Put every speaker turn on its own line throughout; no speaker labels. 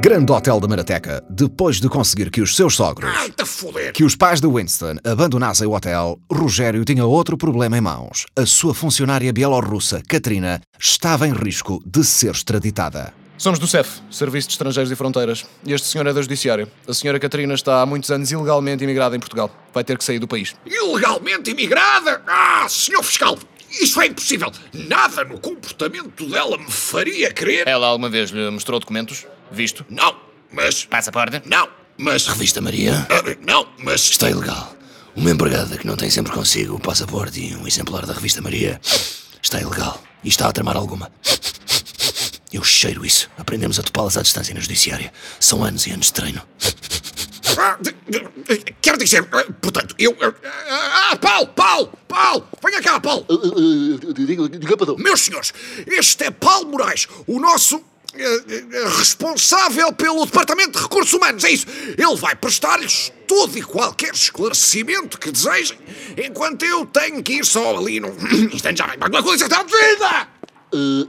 Grande Hotel da Marateca, depois de conseguir que os seus sogros,
Ai, tá foder!
que os pais de Winston, abandonassem o hotel, Rogério tinha outro problema em mãos. A sua funcionária bielorrussa, Katrina, estava em risco de ser extraditada.
Somos do CEF, Serviço de Estrangeiros e Fronteiras. E Este senhor é da Judiciária. A senhora Catarina está há muitos anos ilegalmente imigrada em Portugal. Vai ter que sair do país.
Ilegalmente imigrada? Ah, senhor fiscal, isso é impossível. Nada no comportamento dela me faria querer.
Ela alguma vez lhe mostrou documentos? Visto?
Não, mas.
Passaporte?
Não, mas.
Revista Maria?
Ah, Não, mas.
Está ilegal. Uma empregada que não tem sempre consigo o passaporte e um exemplar da Revista Maria está ilegal e está a tramar alguma. Eu cheiro isso. Aprendemos a topá-las à distância na judiciária. São anos e anos de treino.
Ah, de- de- de- Quero dizer, ah, portanto, eu. ah, Ah, Paulo, Paulo, Paulo! Venha cá, Paulo!
Diga, patrão.
Meus senhores, este é Paulo Moraes, o nosso eh, eh, responsável pelo Departamento de Recursos Humanos, é isso. Ele vai prestar-lhes todo e qualquer esclarecimento que desejem, enquanto eu tenho que ir só ali num instante já. Uma coisa está vida!
Eh,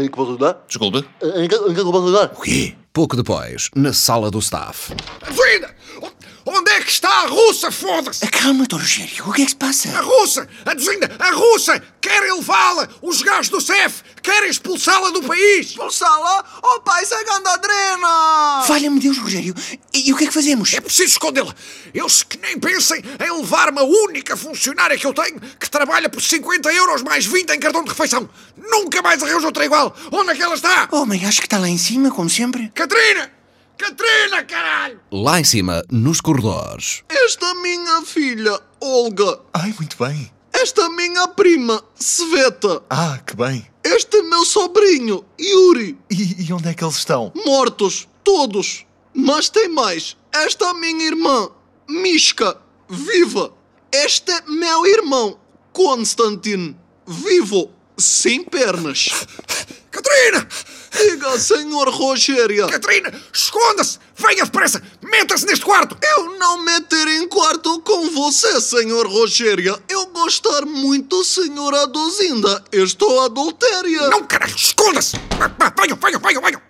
Em que posso ajudar?
Desculpe.
Em que em que eu posso ajudar?
O quê?
Pouco depois, na sala do staff.
Vida! O- Onde é que está a russa, foda-se?
Acalma-te, Rogério. O que é que se
A
passa?
russa! A desinda! A russa! Querem levá-la! Os gajos do CEF querem expulsá-la do país!
Sala, oh pai, sai gandadrena!
Valha-me Deus, Rogério. E, e o que é que fazemos?
É preciso escondê-la. Eles que nem pensem em levar uma única funcionária que eu tenho que trabalha por 50 euros mais 20 em cartão de refeição. Nunca mais arranjo outra igual. Onde é que ela está?
Homem, acho que está lá em cima, como sempre.
Catarina! Catarina, caralho!
Lá em cima, nos corredores.
É
Esta minha filha, Olga.
Ai, muito bem.
Esta minha prima, Sveta.
Ah, que bem.
Este meu sobrinho, Yuri.
E, e onde é que eles estão?
Mortos, todos. Mas tem mais. Esta minha irmã, Mishka. Viva. Este meu irmão, Constantine. Vivo. Sem pernas.
Catarina!
Diga, senhor Rogério.
Catarina, esconda-se! Venha depressa! Meta-se neste quarto!
Eu não meter em quarto com você, senhor Rogério. Eu gostar muito, senhora Dozinda. Estou adultéria.
Não, caralho, esconda-se! Vá, vá, Venham, venham, venham, venham!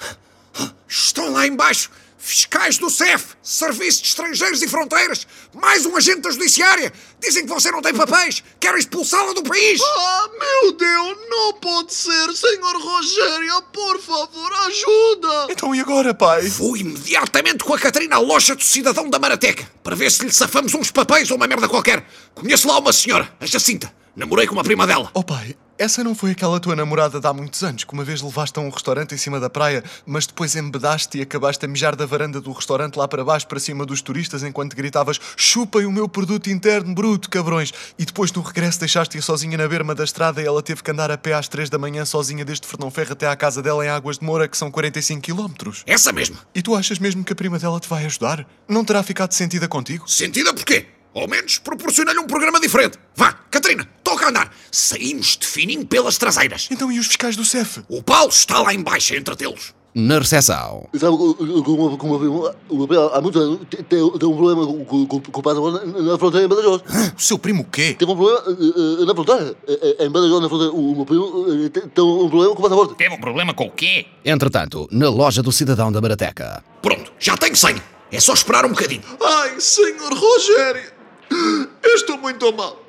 Estão lá embaixo! Fiscais do CEF, Serviço de Estrangeiros e Fronteiras, mais um agente da Judiciária! Dizem que você não tem papéis! Querem expulsá-la do país!
Ah, meu Deus, não pode ser, senhor Rogério. Por favor, ajuda.
Então e agora, pai?
Vou imediatamente com a Catarina à loja do cidadão da Marateca para ver se lhe safamos uns papéis ou uma merda qualquer. Conheço lá uma senhora, a Jacinta. Namorei com uma prima dela.
Oh, pai, essa não foi aquela tua namorada de há muitos anos que uma vez levaste a um restaurante em cima da praia, mas depois embedaste e acabaste a mijar da varanda do restaurante lá para baixo, para cima dos turistas, enquanto gritavas: chupem o meu produto interno bruto, cabrões! E depois no regresso deixaste-a sozinha na berma da estrada e ela teve que andar a pé às 3 da manhã sozinha desde Fernão Ferro até à casa dela em Águas de Moura, que são 45 quilómetros.
Essa mesma.
E tu achas mesmo que a prima dela te vai ajudar? Não terá ficado sentida contigo?
Sentida porquê? Ao menos proporcionei-lhe um programa diferente. Vá, Catarina, toca a andar. Saímos de fininho pelas traseiras.
Então e os fiscais do CEF?
O Paulo está lá embaixo a entretê-los.
Na recepção.
Sabe, com- com- com- com uma- uma prima há muitos anos tem, tem- tem um problema com, com, com o passaporte na na fronteira em Badajoz.
O seu primo o quê?
Teve um problema eh, eh, na fronteira. Eh, eh, Em Badajoz, na fronteira, o o meu primo eh, tem tem um problema com o passaporte.
Teve um problema com o quê?
Entretanto, na loja do cidadão da Marateca.
Pronto, já tenho senha. É só esperar um bocadinho.
Ai, senhor Rogério. Estou muito mal.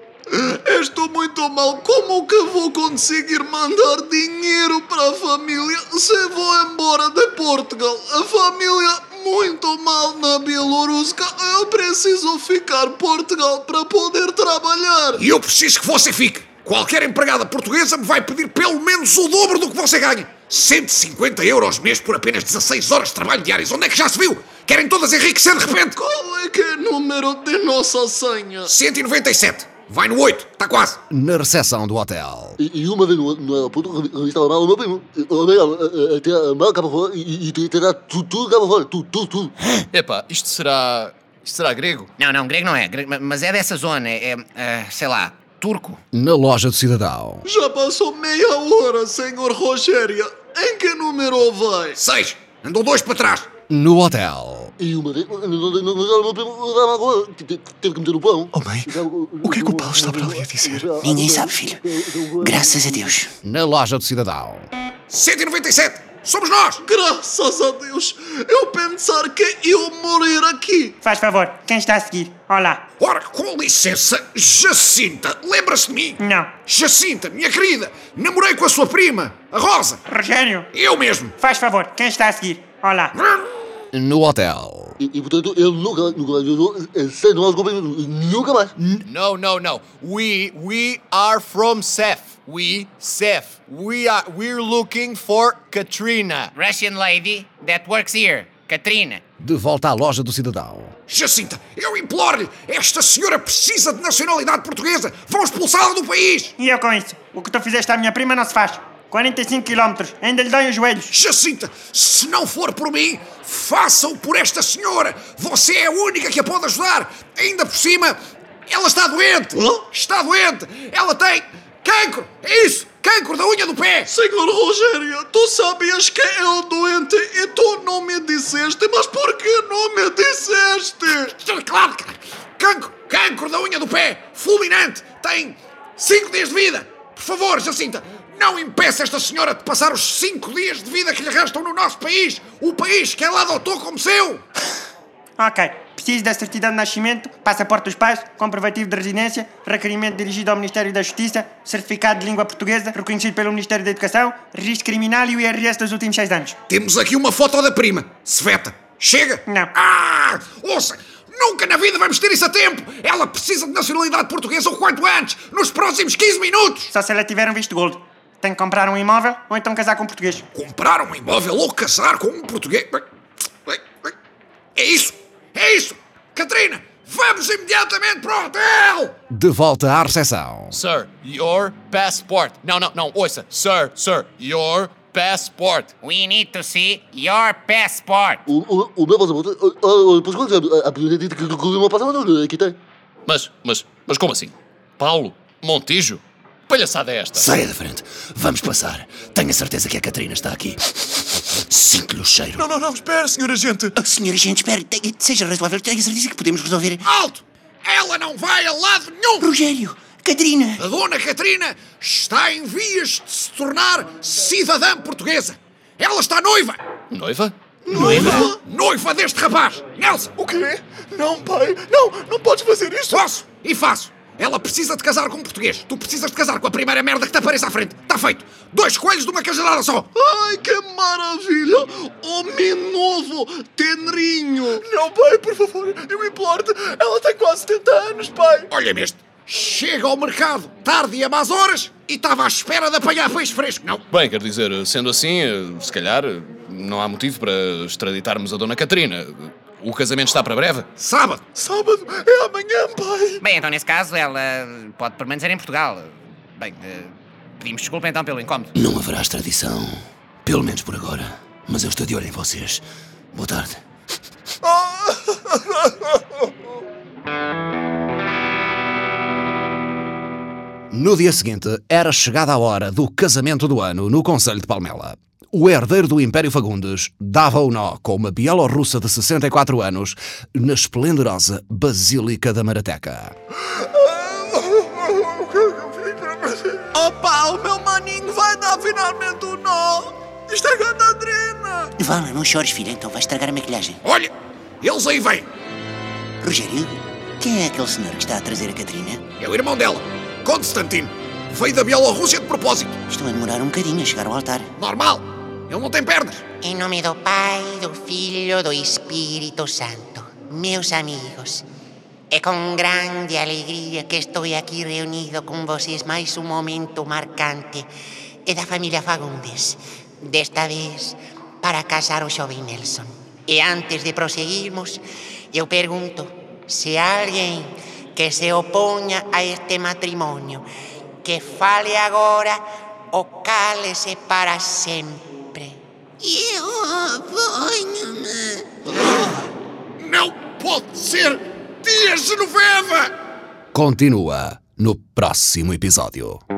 Estou muito mal. Como que vou conseguir mandar dinheiro para a família se vou embora de Portugal? A família muito mal na Bielorrusca. Eu preciso ficar Portugal para poder trabalhar.
E eu preciso que você fique. Qualquer empregada portuguesa me vai pedir pelo menos o dobro do que você ganha. 150 euros mês por apenas 16 horas de trabalho diárias. Onde é que já se viu? Querem todas enriquecer de repente?
Qual é que é o número de nossa senha?
197. Vai no 8. Está quase.
Na recepção do hotel.
E, e uma vez no, no aeroporto, revi- revistava mal o meu primo. Ou melhor, eh, eh, tirar a mala cá para fora e, e, e tirar tudo, tudo cá para fora. Tudo, tudo, tudo.
Epá, isto será. Isto será grego?
Não, não, grego não é, grego- ma- mas é dessa zona, é, é, ah, sei lá, turco.
Na loja do cidadão.
Já passou meia hora, senhor Rogério. Em que número vai?
6. Andou dois para trás.
No hotel.
E uma vez, não, não, não, não, não, o meu primo levava agora. Te- te- Teve que meter no pão.
Oh, mãe, o que é que o Paulo está para ali a dizer?
Ninguém sabe, filho. Graças a Deus.
Na loja do cidadão.
197. Somos nós!
Graças a Deus, eu pensar que eu morrer aqui.
Faz favor, quem está a seguir? Olá.
Ora, com licença, Jacinta, lembra-se de mim?
Não.
Jacinta, minha querida, namorei com a sua prima, a Rosa.
Rogério,
Eu mesmo.
faz favor, quem está a seguir? Olá.
No hotel.
E, e, portanto, ele nunca, nunca mais usou eh, sem tomar os comprimidos. Nunca mais.
No, no, no. We we are from Seth. We Seth. We are we're looking for Katrina.
Russian lady that works here, Katrina.
De volta à loja do cidadão.
Jacinta, eu imploro-lhe, esta senhora precisa de nacionalidade portuguesa. Vão expulsá-la do país.
E eu com isso? O que tu fizeste à minha prima não se faz. 45 quilómetros, ainda lhe dói os joelhos.
Jacinta, se não for por mim, façam por esta senhora. Você é a única que a pode ajudar. Ainda por cima, ela está doente. Está doente. Ela tem cancro. É isso. Cancro da unha do pé.
Senhor Rogério, tu sabias que eu doente e tu não me disseste, mas por que não me disseste?
Claro, cara. Cancro. Cancro da unha do pé. Fulminante. Tem cinco dias de vida. Por favor, Jacinta, não impeça esta senhora de passar os cinco dias de vida que lhe restam no nosso país. O país que ela adotou como seu.
Ok, preciso da certidão de nascimento, passaporte dos pais, comprovativo de residência, requerimento dirigido ao Ministério da Justiça, certificado de língua portuguesa, reconhecido pelo Ministério da Educação, registro criminal e o IRS dos últimos seis anos.
Temos aqui uma foto da prima. Sveta, chega?
Não.
Ah! Ouça! Nunca na vida vamos ter isso a tempo! Ela precisa de nacionalidade portuguesa o quanto antes! Nos próximos 15 minutos!
Só se ela tiver um visto gold. Tem que comprar um imóvel ou então casar com um português.
Comprar um imóvel ou casar com um português. É isso! É isso! Catarina! Vamos imediatamente para o hotel!
De volta à recepção.
Sir, your passport. No, no, no. Oysa. Sir, sir, your passport.
We need to see your passport.
O, o, o meu passaporte. Olha, por quantos anos? A primeira dita que eu o meu passaporte aqui tem.
Mas, mas, mas como assim? Paulo? Montijo? Palhaçada é esta?
Saia da frente. Vamos passar. Tenho a certeza que a Catarina está aqui. Sinto-lhe o cheiro.
Não, não, não, espera, senhor agente.
Senhora gente, Oh, espere, te- seja razoável, tenho a certeza que podemos resolver.
Alto! Ela não vai a lado nenhum!
Rogério, Catarina,
A dona Catarina está em vias de se tornar cidadã portuguesa! Ela está noiva!
Noiva?
Noiva deste rapaz! Nelson!
O quê? Não, pai, não, não podes fazer isso.
Posso e faço. Ela precisa de casar com um português. Tu precisas de casar com a primeira merda que te apareça à frente. Está feito. Dois coelhos de uma cajalada só.
Ai, que maravilha! Homem novo, tenrinho! Não, pai, por favor, eu imploro-te! Ela tem quase 70 anos, pai!
Olha-me este. Chega ao mercado tarde e a más horas e estava à espera de apanhar peixe fresco. Não.
Bem, quer dizer, sendo assim, eh, se calhar eh, não há motivo para extraditarmos a Dona Catarina. O casamento está para breve?
Sábado.
Sábado é amanhã, pai!
Bem, então nesse caso ela pode permanecer em Portugal. Bem, eh, pedimos desculpa então pelo incómodo.
Não haverá extradição. Pelo menos por agora. Mas eu estou de olho em vocês. Boa tarde.
No dia seguinte, era chegada a hora do casamento do ano no Conselho de Palmela. O herdeiro do Império Fagundes dava o nó com uma bielorrussa de 64 anos na esplendorosa Basílica da Marateca.
Opa, o meu maninho vai dar finalmente o nó! Isto é grande adrena!
Vala, não chores, filha, então vai estragar a maquilhagem.
Olha, eles aí vêm. Oh.
Rogério, quem é aquele senhor que está a trazer a Catarina?
É o irmão dela, Constantino. Veio da Bielorrússia de propósito.
Estão a demorar um bocadinho a chegar ao altar.
Normal. Ele não tem pernas.
Em nome do Pai, do Filho, do Espírito Santo, meus amigos, é con grande alegría que estoy aquí reunido con vocês máis un momento marcante é da familia Fagundes, desta vez para casar o xoven Nelson. E antes de proseguirmos, eu pergunto se alguén que se opoña a este matrimonio que fale agora o cálese para sempre.
Eu apanho-me. Não pode ser. Tia Genoveva.
Continua no próximo episódio.